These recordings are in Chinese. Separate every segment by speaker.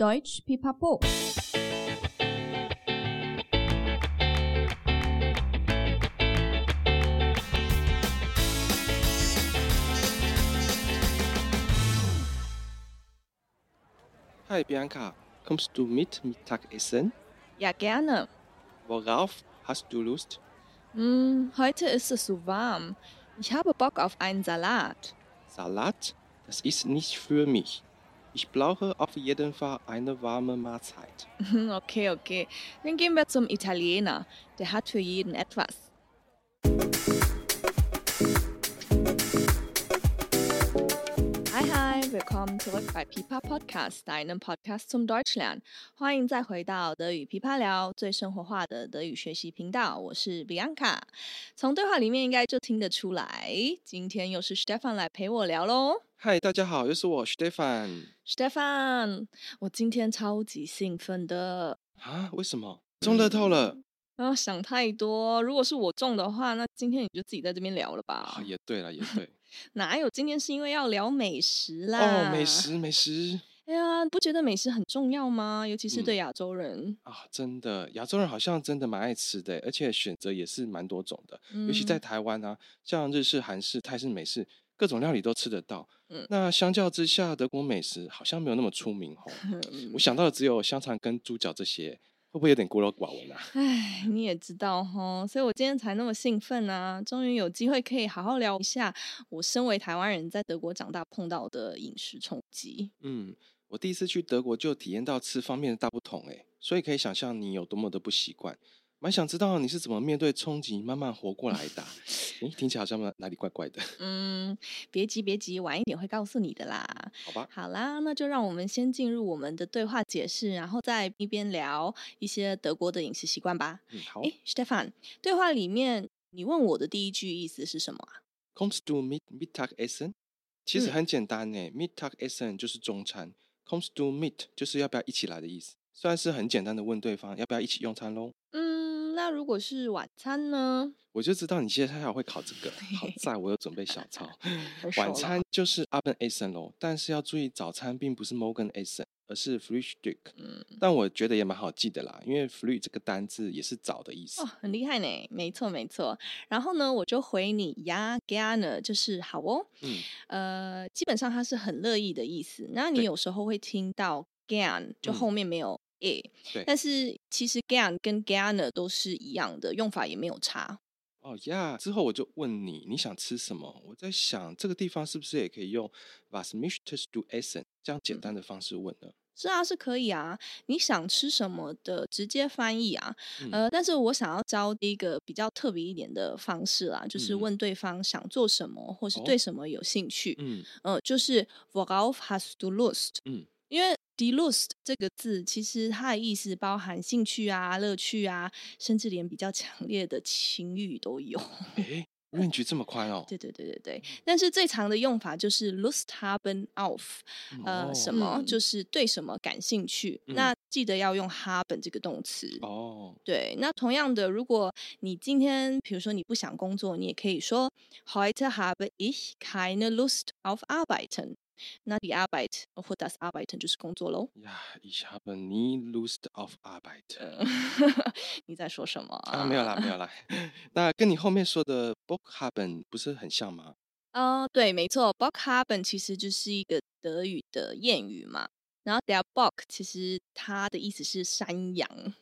Speaker 1: Deutsch Pipapo.
Speaker 2: Hi Bianca, kommst du mit Mittagessen?
Speaker 1: Ja, gerne.
Speaker 2: Worauf hast du Lust?
Speaker 1: Hm, heute ist es so warm. Ich habe Bock auf einen Salat.
Speaker 2: Salat? Das ist nicht für mich. Ich brauche auf jeden Fall eine warme Mahlzeit.
Speaker 1: Hm, Okay, okay. Dann gehen wir zum Italiener. Der hat für jeden etwas. Hi, hi, willkommen zurück bei Pipa Podcast, deinem Podcast zum Deutschlernen. 欢迎再回到德语琵琶聊最生活化的德语学习频道，我是 Bianca。从对话里面应该就听得出来，今天又是 Stefan 来陪我聊喽。
Speaker 2: 嗨，大家好，又是我 Stefan。
Speaker 1: Stefan，我今天超级兴奋的，
Speaker 2: 啊，为什么中乐透了？
Speaker 1: 啊，想太多。如果是我中的话，那今天你就自己在这边聊了吧
Speaker 2: 啊，。也对了，也对。
Speaker 1: 哪有？今天是因为要聊美食啦。
Speaker 2: 哦，美。食，美食
Speaker 1: 哎呀，不觉得美食很重要吗？尤其是
Speaker 2: 嗯
Speaker 1: 对亚洲人，
Speaker 2: 啊，真的，亚洲人好像真的蛮爱吃的，而且选择也是蛮多种的。
Speaker 1: 嗯
Speaker 2: 尤其在台湾啊，像日式、韩式、泰式、美式，各种料理都吃得到。
Speaker 1: 嗯
Speaker 2: 那相较之下，德国美食好像没有那么出 名哦。
Speaker 1: 嗯
Speaker 2: 我想到的只有香肠跟猪脚这些，会不会有点孤陋寡闻啊？
Speaker 1: 哎，你也知道哈，所以我今天才那么兴奋啊！终于有机会可以好好聊一下我身为台湾人在德国长大碰到的饮食冲击。
Speaker 2: 嗯，我第一次去德国就体验到吃方面的大不同诶，所以可以想象你有多么的不习惯。蛮想知道你是怎么面对冲击，慢慢活过来的啊。诶，听起来好像哪里怪怪的，
Speaker 1: 嗯，别急别急，晚一点会告诉你的啦。
Speaker 2: 好吧？
Speaker 1: 好啦，那就让我们先进入我们的对话解释，然后再一边聊一些德国的饮食习惯吧。
Speaker 2: 嗯，好。
Speaker 1: 诶 s t e f a n 对话里面你问我的第一句意思是什么啊？
Speaker 2: Kommst du mit Mittagessen？其实
Speaker 1: 嗯
Speaker 2: 很简单呢，Mittagessen 就是中餐，Kommst du mit 就是要不要一起来的意思。虽然是很简单的问对方要不要一起用餐喽，
Speaker 1: 嗯，那如果是晚餐呢？
Speaker 2: 我就知道你接下来会考这个。好在我有准备小抄。
Speaker 1: 很熟
Speaker 2: 晚
Speaker 1: 了
Speaker 2: 餐就是 Abendessen 喽，但是要注意早餐并不是 Morgenessen，而是 Frühstück。
Speaker 1: 嗯，
Speaker 2: 但我觉得也蛮好记的啦，因为 früh 这个单字也是早的意思。
Speaker 1: 哦，很厉害呢，没错没错。然后呢，我就回你呀 g a n a 就是好哦。
Speaker 2: 嗯，
Speaker 1: 呃，基本上它是很乐意的意思。那你
Speaker 2: 对
Speaker 1: 有时候会听到 gan，就
Speaker 2: 嗯
Speaker 1: 后面没有 a，、
Speaker 2: 对
Speaker 1: 但是其实 gan 跟 gana 都是一样的，用法也没有差。
Speaker 2: 哦呀，之后我就问你，你想吃什么？我在想这个地方是不是也可以用 was möchtest du essen 这样
Speaker 1: 嗯
Speaker 2: 简单的方式问呢？
Speaker 1: 是啊，是可以啊。你想吃什么的，直接翻译啊。
Speaker 2: 嗯
Speaker 1: 呃，但是我想要教一个比较特别一点的方式啦，就是
Speaker 2: 嗯
Speaker 1: 问对方想做什么，或是
Speaker 2: 哦
Speaker 1: 对什么有兴趣。
Speaker 2: 嗯，
Speaker 1: 呃，就是 worauf hast du Lust？
Speaker 2: 嗯，
Speaker 1: 因为 die Lust 这个字，其实它的意思包含兴趣啊、乐趣啊，甚至连比较强烈的情欲都有。
Speaker 2: 诶 r a n g e 这么宽哦。
Speaker 1: 对对对对对。但是最常的用法就是 Lust haben auf，呃，
Speaker 2: 哦嗯
Speaker 1: 什么、
Speaker 3: 嗯
Speaker 1: 就是对什么感兴趣。那记得要用 haben 这个动词。
Speaker 2: 哦，
Speaker 1: 对，那同样的，如果你今天，比如说你不想工作，你也可以说 Heute habe ich keine Lust auf Arbeiten。那 die Arbeit 或 das Arbeiten 就是工作喽。
Speaker 2: 呀，ich habe nie Lust auf Arbeit。
Speaker 1: 呃你在说什么
Speaker 2: 啊，没有啦，没有啦。
Speaker 1: 啊
Speaker 2: 那跟你后面说的 book haben 不是很像吗？
Speaker 1: 哦，对，没错，Bock haben 其实就是一个德语的谚语嘛。然后 der Bock 其实它的意思是山羊。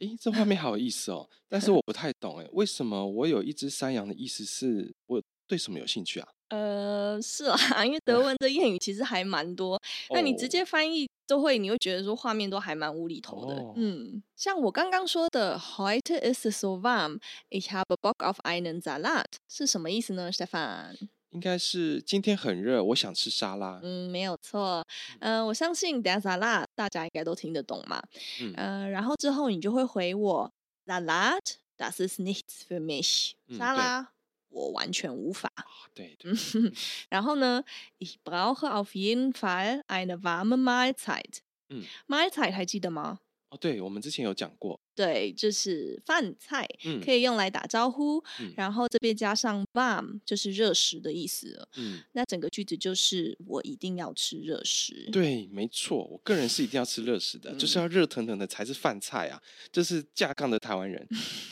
Speaker 2: 诶，这画面好有意思哦，但是我不太懂诶，为什么我有一只山羊的意思是我对什么有兴趣啊？
Speaker 1: 呃，是啦， 因为德 文的谚语其实还蛮多，那你直
Speaker 2: 哦
Speaker 1: 接翻译都会，你会觉得说画面都还蛮无厘头的。
Speaker 2: 哦
Speaker 1: 嗯，像我刚刚说的，heute ist es so warm, ich habe Bock auf einen Salat 是什么意思呢，Stefan？
Speaker 2: 应该是今天很热，我想吃沙拉。
Speaker 1: 嗯，没有错。嗯、我相信 der Salat 大家应该都听得懂嘛。
Speaker 2: 嗯
Speaker 1: 呃，然后之后你就会回我 Salat, das ist nichts für mich。
Speaker 2: 嗯
Speaker 1: 沙
Speaker 2: 对
Speaker 1: 拉，我完全无法。
Speaker 2: 啊对对，
Speaker 1: 嗯然后呢，ich brauche auf jeden Fall eine warme Mahlzeit。
Speaker 2: 嗯
Speaker 1: ，Mahlzeit 还记得吗？
Speaker 2: 哦，对，我们之前有讲过，
Speaker 1: 对，就是饭菜
Speaker 2: 嗯
Speaker 1: 可以用来打招呼，
Speaker 2: 嗯
Speaker 1: 然后这边加上 warm 就是热食的意思了。
Speaker 2: 嗯，
Speaker 1: 那整个句子就是我一定要吃热食。
Speaker 2: 对，没错，我个人是一定要吃热食的，
Speaker 1: 嗯
Speaker 2: 就是要热腾腾的才是饭菜啊，这是架杠的台湾人。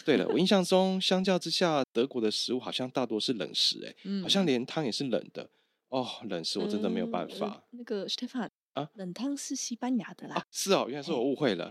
Speaker 2: 对了，我印象中，相较之下，德国的食物好像大多是冷食、欸，
Speaker 1: 嗯，
Speaker 2: 好像连汤也是冷的。哦，冷食我真的没有办
Speaker 1: 呃
Speaker 2: 法、
Speaker 1: 那个 Stefan
Speaker 2: 啊
Speaker 1: 冷汤是西班牙的啦。
Speaker 2: 啊。是哦，原来是我误会了。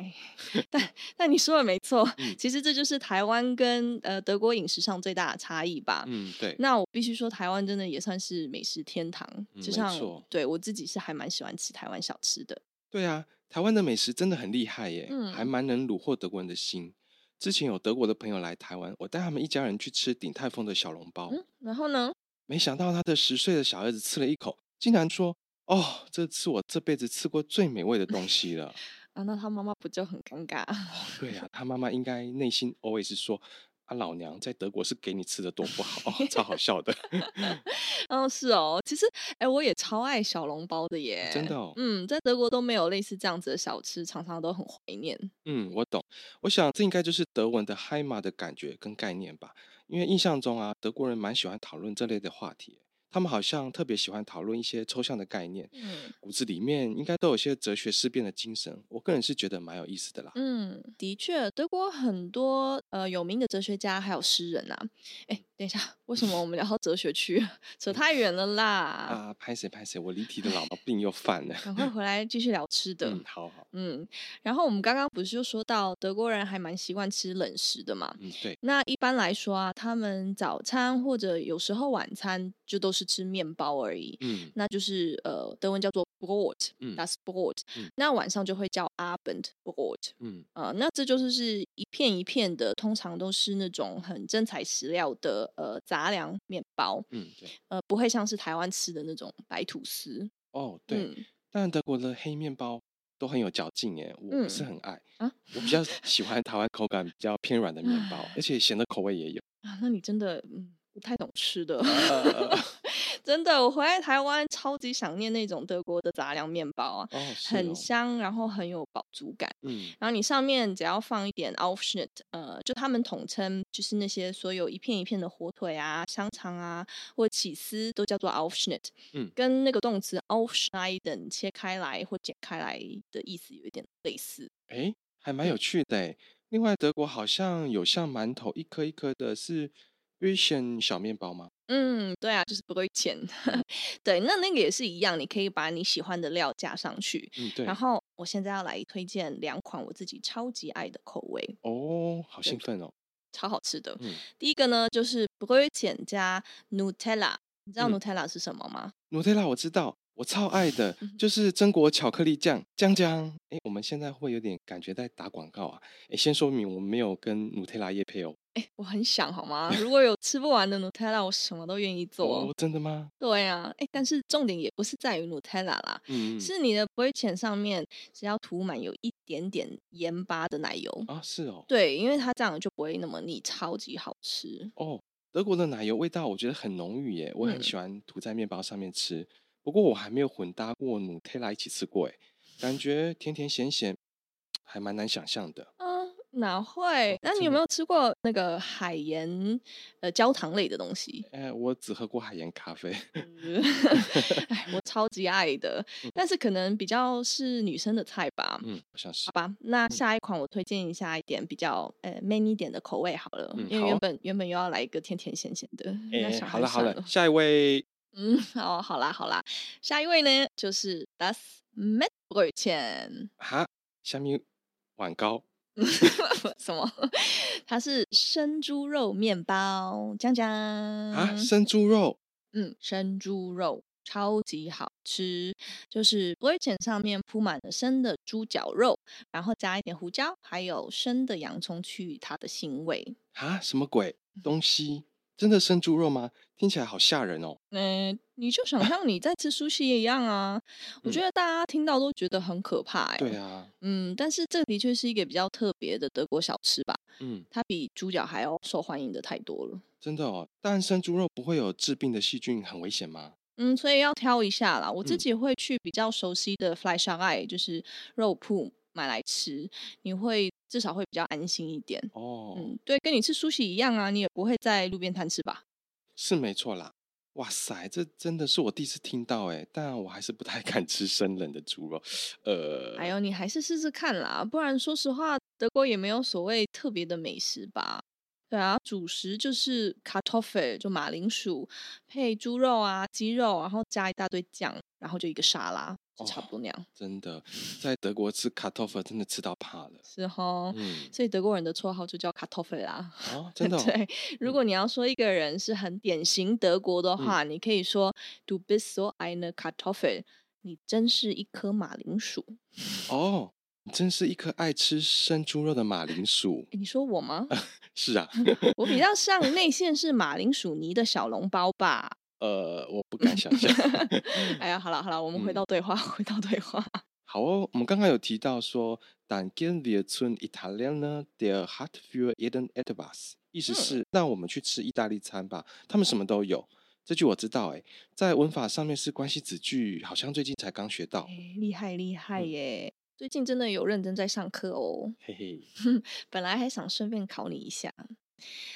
Speaker 1: 哎，但但你说的没错，
Speaker 2: 嗯
Speaker 1: 其实这就是台湾跟呃德国饮食上最大的差异吧。
Speaker 2: 嗯，对，
Speaker 1: 那我必须说，台湾真的也算是美食天堂，
Speaker 2: 嗯
Speaker 1: 就
Speaker 2: 没
Speaker 1: 像
Speaker 2: 错
Speaker 1: 对我自己是还蛮喜欢吃台湾小吃的。
Speaker 2: 对啊，台湾的美食真的很厉害耶，
Speaker 1: 嗯
Speaker 2: 还蛮能虏获德国人的心。之前有德国的朋友来台湾，我带他们一家人去吃鼎泰丰的小笼包，
Speaker 1: 嗯，然后呢？
Speaker 2: 没想到他的十岁的小儿子吃了一口，竟然说：“哦，这是我这辈子吃过最美味的东西了。
Speaker 1: 啊，那他妈妈不就很尴尬？
Speaker 2: 对啊，他妈妈应该内心 always 说：“啊，老娘在德国是给你吃的多不好，哦、超好笑的。
Speaker 1: 嗯，是哦。其实，哎，我也超爱小笼包的耶，
Speaker 2: 真的哦
Speaker 1: 嗯，在德国都没有类似这样子的小吃，常常都很怀念。”
Speaker 2: 嗯，我懂。我想这应该就是德文的 h e m a 的感觉跟概念吧，因为印象中啊，德国人蛮喜欢讨论这类的话题，他们好像特别喜欢讨论一些抽象的概念，
Speaker 1: 嗯
Speaker 2: 骨子里面应该都有些哲学思辨的精神。我个人是觉得蛮有意思的啦。
Speaker 1: 嗯，的确，德国很多呃有名的哲学家还有诗人啊。哎，等一下，为什么我们聊到哲学去？ 扯太远了啦！
Speaker 2: 嗯啊，拍谁拍谁，我离题的老毛病又犯 了。
Speaker 1: 赶快回来继续聊吃的。
Speaker 2: 嗯，好好，
Speaker 1: 嗯，然后我们刚刚不是就说到德国人还蛮习惯吃冷食的嘛？
Speaker 2: 嗯，对，
Speaker 1: 那一般来说啊，他们早餐或者有时候晚餐就都是吃面包而已，
Speaker 2: 嗯
Speaker 1: 那就是呃德文叫做 Brot，that's
Speaker 2: 嗯
Speaker 1: Brot，、
Speaker 2: 嗯
Speaker 1: 那晚上就会叫 Abend Brot，
Speaker 2: 嗯
Speaker 1: 呃，那这就是是一片一片的，通常都是那种很真材实料的呃杂粮面包，
Speaker 2: 嗯，对。
Speaker 1: 呃不会像是台湾吃的那种白吐司，
Speaker 2: 哦，对，
Speaker 1: 嗯
Speaker 2: 但德国的黑面包都很有嚼劲耶，我不是
Speaker 1: 嗯
Speaker 2: 很爱。
Speaker 1: 啊
Speaker 2: 我比较喜欢台湾口感比较偏软的面包， 而且咸的口味也有。
Speaker 1: 啊，那你真的嗯不太懂吃的。
Speaker 2: 呃
Speaker 1: 真的，我回来台湾超级想念那种德国的杂粮面包啊，
Speaker 2: 哦，是
Speaker 1: 很
Speaker 2: 哦。
Speaker 1: 香，然后很有饱足感。
Speaker 2: 嗯
Speaker 1: 然后你上面只要放一点 Aufschnitt，呃，就他们统称就是那些所有一片一片的火腿啊、香肠啊或起司都叫做 Aufschnitt，
Speaker 2: 嗯
Speaker 1: 跟那个动词 Aufschneiden 切开来或剪开来的意思有一点类似。
Speaker 2: 诶，还蛮有趣的诶。另外，德国好像有像馒头一颗一颗的，是 b r i s e n 小面包吗？
Speaker 1: 嗯，对啊，就是不会钱。 对，那那个也是一样，你可以把你喜欢的料加上去，
Speaker 2: 嗯，对
Speaker 1: 然。后我现在要来推荐两款我自己超级爱的口味，
Speaker 2: 哦，好兴奋哦。
Speaker 1: 超好吃的。
Speaker 2: 嗯
Speaker 1: 第一个呢就是 b r e t e n 加 Nutella，你知道
Speaker 2: 嗯
Speaker 1: Nutella 是什么吗？
Speaker 2: ，Nutella 我知道，我超爱的，
Speaker 1: 嗯
Speaker 2: 就是榛果巧克力酱酱酱。诶，我们现在会有点感觉在打广告啊。诶，先说明我们没有跟 Nutella 业配哦。
Speaker 1: 我很想好吗？如果有吃不完的 Nutella，我什么都愿意做。
Speaker 2: 哦，真的吗？
Speaker 1: 对啊，哎，但是重点也不是在于 Nutella 啦，
Speaker 2: 嗯，嗯
Speaker 1: 是你的 b r e t e n 上面只要涂满有一点点盐巴的奶油。
Speaker 2: 啊，是哦。
Speaker 1: 对，因为它这样就不会那么腻，超级好吃。
Speaker 2: 哦，德国的奶油味道我觉得很浓郁耶，我
Speaker 1: 嗯
Speaker 2: 很喜欢涂在面包上面吃。不过我还没有混搭过 Nutella 一起吃过，哎，感觉甜甜咸咸，还蛮难想象的。
Speaker 1: 嗯，哪会？那你
Speaker 2: 真
Speaker 1: 有
Speaker 2: 的
Speaker 1: 没有吃过那个海盐呃焦糖类的东西？
Speaker 2: 哎，我只喝过海盐咖啡。
Speaker 1: 哎，我超级爱 的，但是可能比较是女生的菜吧。
Speaker 2: 嗯，好像是
Speaker 1: 好。吧，那下一款我推荐一下一点比较呃 man 一点的口味好了，
Speaker 2: 嗯
Speaker 1: 因为
Speaker 2: 好
Speaker 1: 原
Speaker 2: 啊
Speaker 1: 本原本又要来一个甜甜咸咸的，那
Speaker 2: 哎，
Speaker 1: 想
Speaker 2: 好
Speaker 1: 来
Speaker 2: 了好
Speaker 1: 算
Speaker 2: 了，下一位。
Speaker 1: 嗯，好，好啦好啦，下一位呢就是 Das m e t b r ö t c h e n
Speaker 2: 哈，下面碗糕
Speaker 1: 什么？它是生猪肉面包，讲讲
Speaker 2: 啊，生猪肉
Speaker 1: 嗯，生猪肉超级好吃，就是 b r e t e n 上面铺满了生的猪脚肉，然后加一点胡椒，还有生的洋葱去与它的腥味。
Speaker 2: 啊，什么鬼
Speaker 1: 嗯
Speaker 2: 东西？真的生猪肉吗？听起来好吓人哦。
Speaker 1: 嗯、你就想象你在吃苏西一样啊！我觉得大家听到都觉得很可怕哎、
Speaker 2: 嗯对啊，
Speaker 1: 嗯，但是这的确是一个比较特别的德国小吃吧，
Speaker 2: 嗯，
Speaker 1: 它比猪脚还要受欢迎的太多了。
Speaker 2: 真的哦。但生猪肉不会有致病的细菌，很危险吗？
Speaker 1: 嗯，所以要挑一下啦。我自
Speaker 2: 嗯
Speaker 1: 己会去比较熟悉的 Fleisch a r e i 哎就是肉铺买来吃，你会至少会比较安心一点。
Speaker 2: 哦，
Speaker 1: 嗯，对，跟你吃苏喜一样啊，你也不会在路边摊吃吧？
Speaker 2: 是没错啦。哇塞，这真的是我第一次听到哎，但我还是不太 敢吃生冷的猪肉。呃，
Speaker 1: 哎呦，你还是试试看啦，不然说实话，德国也没有所谓特别的美食吧。对啊，主食就是 c a t o f e 就马铃薯配猪肉啊、鸡肉，然后加一大堆酱，然后就一个沙拉，就差
Speaker 2: 哦
Speaker 1: 不多那样。
Speaker 2: 真的在德国吃卡托夫真的吃到怕了。
Speaker 1: 是吼，
Speaker 2: 嗯，
Speaker 1: 所以德国人的绰号就叫 c a t o f e 啦。
Speaker 2: 哦， 真的、哦，
Speaker 1: 对，嗯如果你要说一个人是很典型德国的话，你可以说 "Du bist so eine Kartoffel"，你真是一颗马铃薯。
Speaker 2: 哦，你真是一颗爱吃生猪肉的马铃薯。
Speaker 1: 诶你说我吗？
Speaker 2: 是啊，
Speaker 1: 我比较 像内馅是马铃薯泥的小笼包吧。
Speaker 2: 呃，我不敢想象。
Speaker 1: 哎呀，好了好了，我们回
Speaker 2: 嗯
Speaker 1: 到对话，回到对话。
Speaker 2: 好哦，我们刚刚有提到说，Danken wir zum Italiener, der hat für jeden etwas，意思
Speaker 1: 嗯
Speaker 2: 是让我们去吃意大利餐吧，他们什么都有。这句我知道，哎，在文法上面是关系子句，好像最近才刚学到。
Speaker 1: 哎，厉害厉害
Speaker 2: 嗯
Speaker 1: 耶！最近真的有认真在上课哦。
Speaker 2: 嘿嘿，
Speaker 1: 本来还想顺便考你一下，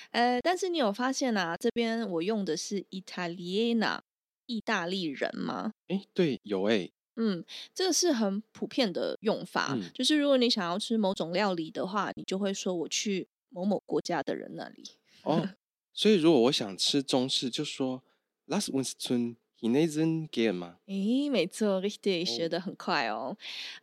Speaker 1: 呃，但是你有发现啊，这边我用的是 Italiana，意大利人吗？
Speaker 2: 哎，对，有 哎，
Speaker 1: 嗯，这个是很普遍的用法，
Speaker 2: 嗯
Speaker 1: 就是如果你想要吃某种料理的话，你就会说我去某某国家的人那里。
Speaker 2: 哦，所以如果我想吃中式，就说 Las uns zum Chinesen gehen 吗？
Speaker 1: 诶，没错，richtig，学
Speaker 2: 哦
Speaker 1: 得很快哦。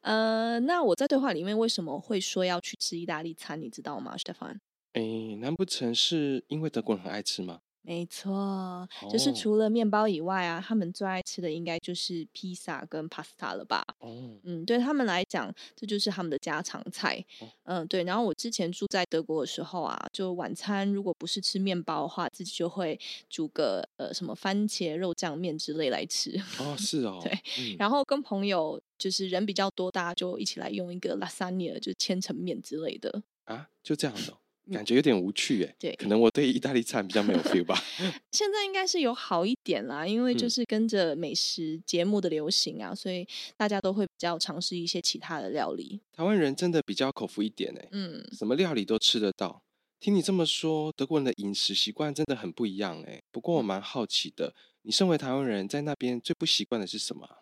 Speaker 1: 呃，那我在对话里面为什么会说要去吃意大利餐，你知道吗，Stefan？
Speaker 2: 哎，难不成是因为德国人很爱吃吗？
Speaker 1: 没错，就是
Speaker 2: 哦
Speaker 1: 除了面包以外啊，他们最爱吃的应该就是披萨跟 pasta 了吧？
Speaker 2: 哦，
Speaker 1: 嗯，对他们来讲，这就是他们的家常菜
Speaker 2: 哦。
Speaker 1: 嗯，对。然后我之前住在德国的时候啊，就晚餐如果不是吃面包的话，自己就会煮个呃什么番茄肉酱面之类来吃。
Speaker 2: 哦，是哦，
Speaker 1: 对
Speaker 2: 嗯，
Speaker 1: 然后跟朋友就是人比较多，大家就一起来用一个 lasagna，就是千层面之类的。
Speaker 2: 啊，就这样子哦、
Speaker 1: 嗯
Speaker 2: 感觉有点无趣哎。
Speaker 1: 对
Speaker 2: 可能我对意大利餐比较没有 feel 吧。
Speaker 1: 现在应该是有好一点啦，因为就
Speaker 2: 嗯
Speaker 1: 是跟着美食节目的流行啊，所以大家都会比较尝试一些其他的料理。
Speaker 2: 台湾人真的比较口福一点哎，
Speaker 1: 嗯，
Speaker 2: 什么料理都吃得到。听你这么说，德国人的饮食习惯真的很不一样哎。不过我
Speaker 1: 嗯
Speaker 2: 蛮好奇的，你身为台湾人，在那边最不习惯的是什么啊？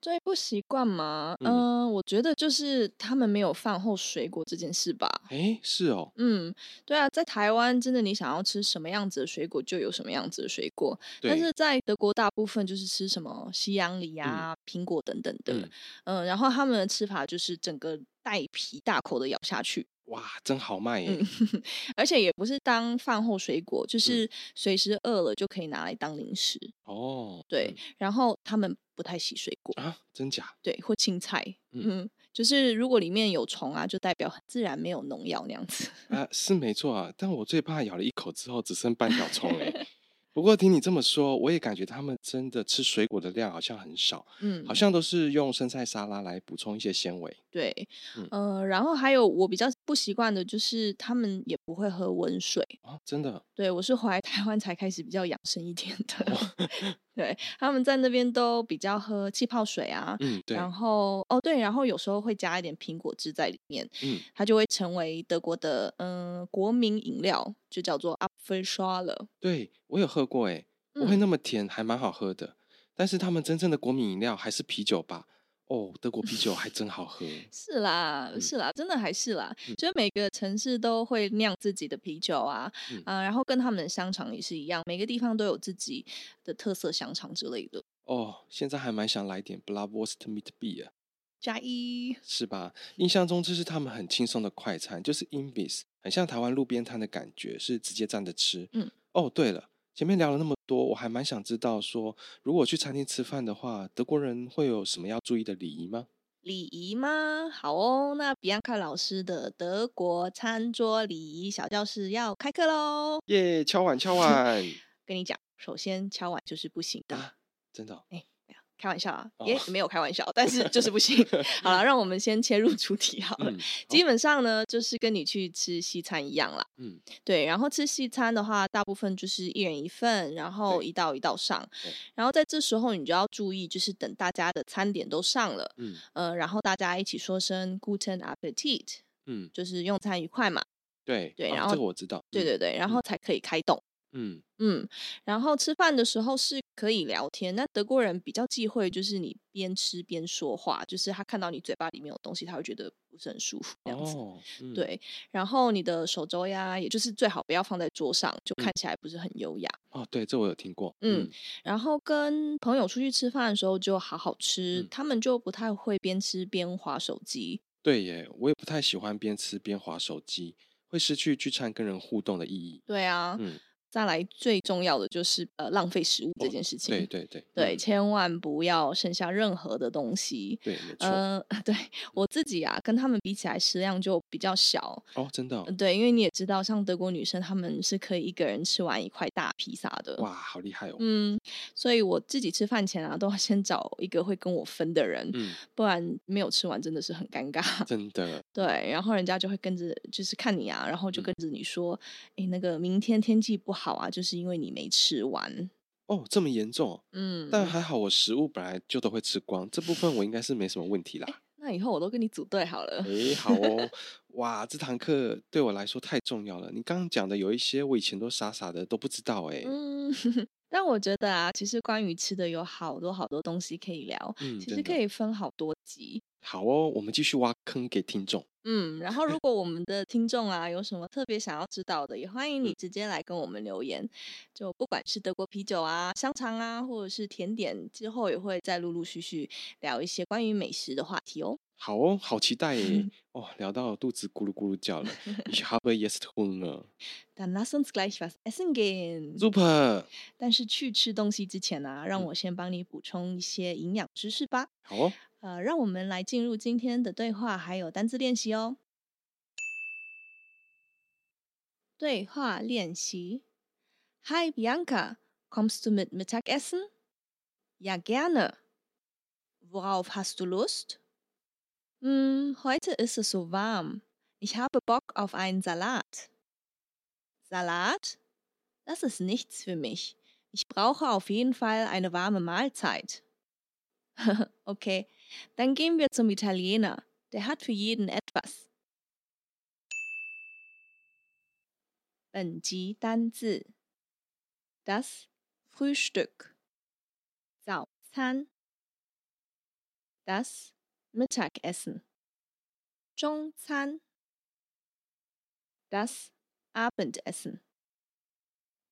Speaker 1: 最不习惯嘛，嗯、
Speaker 2: 嗯
Speaker 1: 我觉得就是他们没有饭后水果这件事吧。
Speaker 2: 哎，是哦，
Speaker 1: 嗯，对啊，在台湾真的你想要吃什么样子的水果就有什么样子的水果，但
Speaker 2: 对
Speaker 1: 是在德国大部分就是吃什么西洋梨啊、苹果等等的，嗯
Speaker 2: 嗯
Speaker 1: 然后他们的吃法就是整个带皮大口的咬下去，
Speaker 2: 哇，真豪迈哎
Speaker 1: 嗯。而且也不是当饭后水果，
Speaker 2: 嗯
Speaker 1: 就是随时饿了就可以拿来当零食。
Speaker 2: 哦，
Speaker 1: 对，然后他们不太洗水果，
Speaker 2: 嗯啊，真假？
Speaker 1: 对，或青菜，嗯
Speaker 2: 嗯
Speaker 1: 就是如果里面有虫啊，就代表很自然没有农药那样子。
Speaker 2: 啊，是没错啊，但我最怕咬了一口之后只剩半条葱 哎。不过听你这么说，我也感觉他们真的吃水果的量好像很少，
Speaker 1: 嗯，
Speaker 2: 好像都是用生菜沙拉来补充一些纤维。
Speaker 1: 对，
Speaker 2: 嗯
Speaker 1: 呃，然后还有我比较不习惯的就是他们也不会喝温水。
Speaker 2: 啊，真的
Speaker 1: 对我是回来 台湾才开始比较养生一点的，
Speaker 2: 哦
Speaker 1: 对，他们在那边都比较喝气泡水啊，
Speaker 2: 嗯，对，
Speaker 1: 然后哦对，然后有时候会加一点苹果汁在里面，
Speaker 2: 嗯，
Speaker 1: 它就会成为德国的嗯、国民饮料，就叫做 a p f e l s c h a l e
Speaker 2: 对我有喝过诶，不
Speaker 1: 嗯
Speaker 2: 会那么甜，还蛮好喝的。但是他们真正的国民饮料还是啤酒吧？哦，德国啤酒还真 好喝。
Speaker 1: 是啦，
Speaker 2: 嗯
Speaker 1: 是啦，真的还是啦，就是每个城市都会酿自己的啤酒啊，
Speaker 2: 嗯
Speaker 1: 啊，然后跟他们的香肠也是一样，每个地方都有自己的特色香肠之类的。
Speaker 2: 哦，现在还蛮想来点 Blauwurst mit Bier。
Speaker 1: 加一，
Speaker 2: 是吧？印象中这是他们很轻松的快餐，就是 Invis，很像台湾路边摊的感觉，是直接站着吃。
Speaker 1: 嗯，
Speaker 2: 哦，对了，前面聊了那么多，我还蛮想知道说，如果去餐厅吃饭的话，德国人会有什么要注意的礼仪吗？
Speaker 1: 礼仪吗？好哦，那比安卡老师的德国餐桌礼仪小教室要开课喽。
Speaker 2: 耶、敲碗敲碗
Speaker 1: 跟你讲，首先敲碗就是不行的。
Speaker 2: 啊！真的哦、
Speaker 1: 哎开玩笑啊，
Speaker 2: 哦
Speaker 1: 也没有开玩 笑，但是就是不行。好了，让我们先切入主题好了。
Speaker 2: 嗯，
Speaker 1: 基本上呢，就是跟你去吃西餐一样啦。
Speaker 2: 嗯，
Speaker 1: 对，然后吃西餐的话，大部分就是一人一份，然后
Speaker 2: 对
Speaker 1: 一道一道上
Speaker 2: 对。
Speaker 1: 然后在这时候，你就要注意，就是等大家的餐点都上了，
Speaker 2: 嗯
Speaker 1: 呃，然后大家一起说声 Guten Appetit，
Speaker 2: 嗯，
Speaker 1: 就是用餐愉快嘛。
Speaker 2: 对
Speaker 1: 对
Speaker 2: 哦
Speaker 1: 然后
Speaker 2: 这个我知道，
Speaker 1: 对
Speaker 2: 嗯，
Speaker 1: 对对，然后才可以开动。
Speaker 2: 嗯
Speaker 1: 嗯，然后吃饭的时候是可以聊天。那德国人比较忌讳就是你边吃边说话，就是他看到你嘴巴里面有东西，他会觉得不是很舒服这样子。
Speaker 2: 哦，嗯，
Speaker 1: 对，然后你的手肘呀，也就是最好不要放在桌上，就看起来不是很优雅。
Speaker 2: 哦，对，这我有听过，
Speaker 1: 嗯，然后跟朋友出去吃饭的时候就好好吃，
Speaker 2: 嗯
Speaker 1: 他们就不太会边吃边划手机。
Speaker 2: 对耶，我也不太喜欢边吃边划手机，会失去聚餐跟人互动的意义。
Speaker 1: 对啊，
Speaker 2: 嗯，
Speaker 1: 再来最重要的就是呃浪费食物这件事情。
Speaker 2: 哦对对对，
Speaker 1: 对
Speaker 2: 嗯
Speaker 1: 千万不要剩下任何的东西。
Speaker 2: 对，没错。
Speaker 1: 嗯、 对我自己啊，跟他们比起来食量就比较小。
Speaker 2: 哦，真的哦
Speaker 1: 呃对，因为你也知道，像德国女生她们是可以一个人吃完一块大披萨的。
Speaker 2: 哇，好厉害哦。
Speaker 1: 嗯，所以我自己吃饭前啊，都要先找一个会跟我分的人，
Speaker 2: 嗯，
Speaker 1: 不然没有吃完真的是很尴尬。
Speaker 2: 真的，
Speaker 1: 对，然后人家就会跟着，就是看你啊，然后就
Speaker 2: 嗯
Speaker 1: 跟着你说，诶，那个明天天气不好啊，就是因为你没吃完。
Speaker 2: 哦，这么严重哦，
Speaker 1: 嗯，
Speaker 2: 但还好我食物本来就都会吃光，这部分我应该是没什么问题啦。
Speaker 1: 那以后我都跟你组队好了。
Speaker 2: 诶，好哦，哇，这堂课对我来说太重要了。你刚刚讲的有一些我以前都傻傻的都不知道诶。
Speaker 1: 嗯， 但我觉得啊，其实关于吃的有好多好多东西可以聊，
Speaker 2: 嗯，
Speaker 1: 其实
Speaker 2: 真
Speaker 1: 可
Speaker 2: 的
Speaker 1: 以分好多集。
Speaker 2: 好哦，我们继续挖坑给听众。
Speaker 1: 嗯，然后如果我们的听众啊有什么特别想要知道的，也欢迎你直接来跟我们留言。就不管是德国啤酒啊、香肠啊，或者是甜点，之后也会再陆陆续续聊一些关于美食的话题哦。
Speaker 2: 好哦，好期待 耶！哦，聊到肚子咕噜咕噜叫了，Ich habe jetzt Hunger。
Speaker 1: Dann lass uns gleich was essen gehen。
Speaker 2: Super，
Speaker 1: 但是去吃东西之前啊，让
Speaker 2: 嗯
Speaker 1: 我先帮你补充一些营养知识吧。
Speaker 2: 好哦。
Speaker 1: 呃，让我们来进入今天的对话，还有单字练习哦。对话练习：Hi Bianca, kommst du mit Mittagessen? Ja, gerne. Worauf hast du Lust? Hm, heute ist es so warm. Ich habe Bock auf einen Salat. Salat? Das ist nichts für mich. Ich brauche auf jeden Fall eine warme Mahlzeit. okay, dann gehen wir zum Italiener. Der hat für jeden etwas. 本集单字：das Frühstück，早餐；das Mittagessen，中餐；das Abendessen，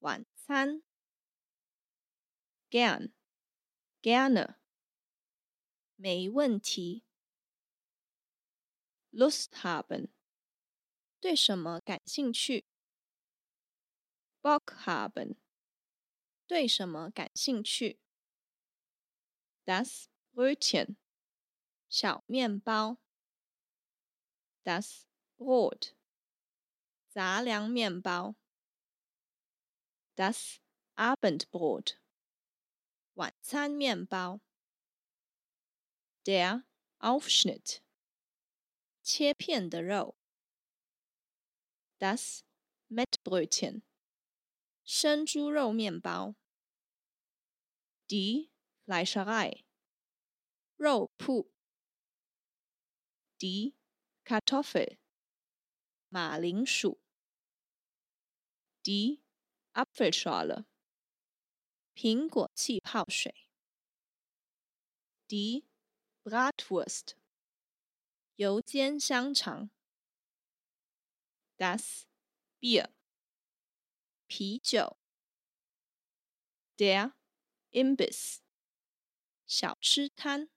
Speaker 1: 晚餐；gern, gerne。没问题。Lust haben，对什么感兴趣？Bock haben，对什么感兴趣？Das Brötchen，小面包。Das Brot，杂粮面包。Das Abendbrot，晚餐面包。der Aufschnitt. 切片的肉。Das Mettbrötchen. 生猪肉面包。Die Fleischerei. 肉铺。Die Kartoffel. 马铃薯。Die Apfelschorle. 苹果气泡水。Die Bratwurst，油煎香肠。Das Bier，啤酒。Der Imbiss，小吃摊。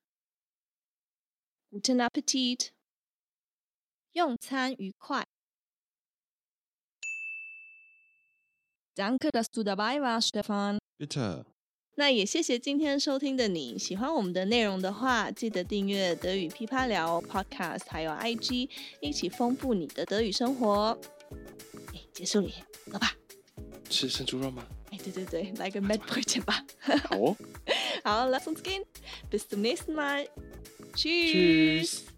Speaker 1: Guten Appetit，用餐愉快。Danke, dass du dabei warst, Stefan.
Speaker 2: Bitte，
Speaker 1: 那也谢谢今天收听的你。喜欢我们的内容的话，记得订阅德语噼啪聊 Podcast，还有 IG，一起丰富你的德语生活。哎，结束了耶，走吧。
Speaker 2: 吃生猪肉吗？
Speaker 1: 哎，对对对，来个 Mad Boy 吧。
Speaker 2: 好哦，
Speaker 1: 好，Lass uns gehen. Bis zum nächsten Mal. Tschüss.
Speaker 2: Tschüss.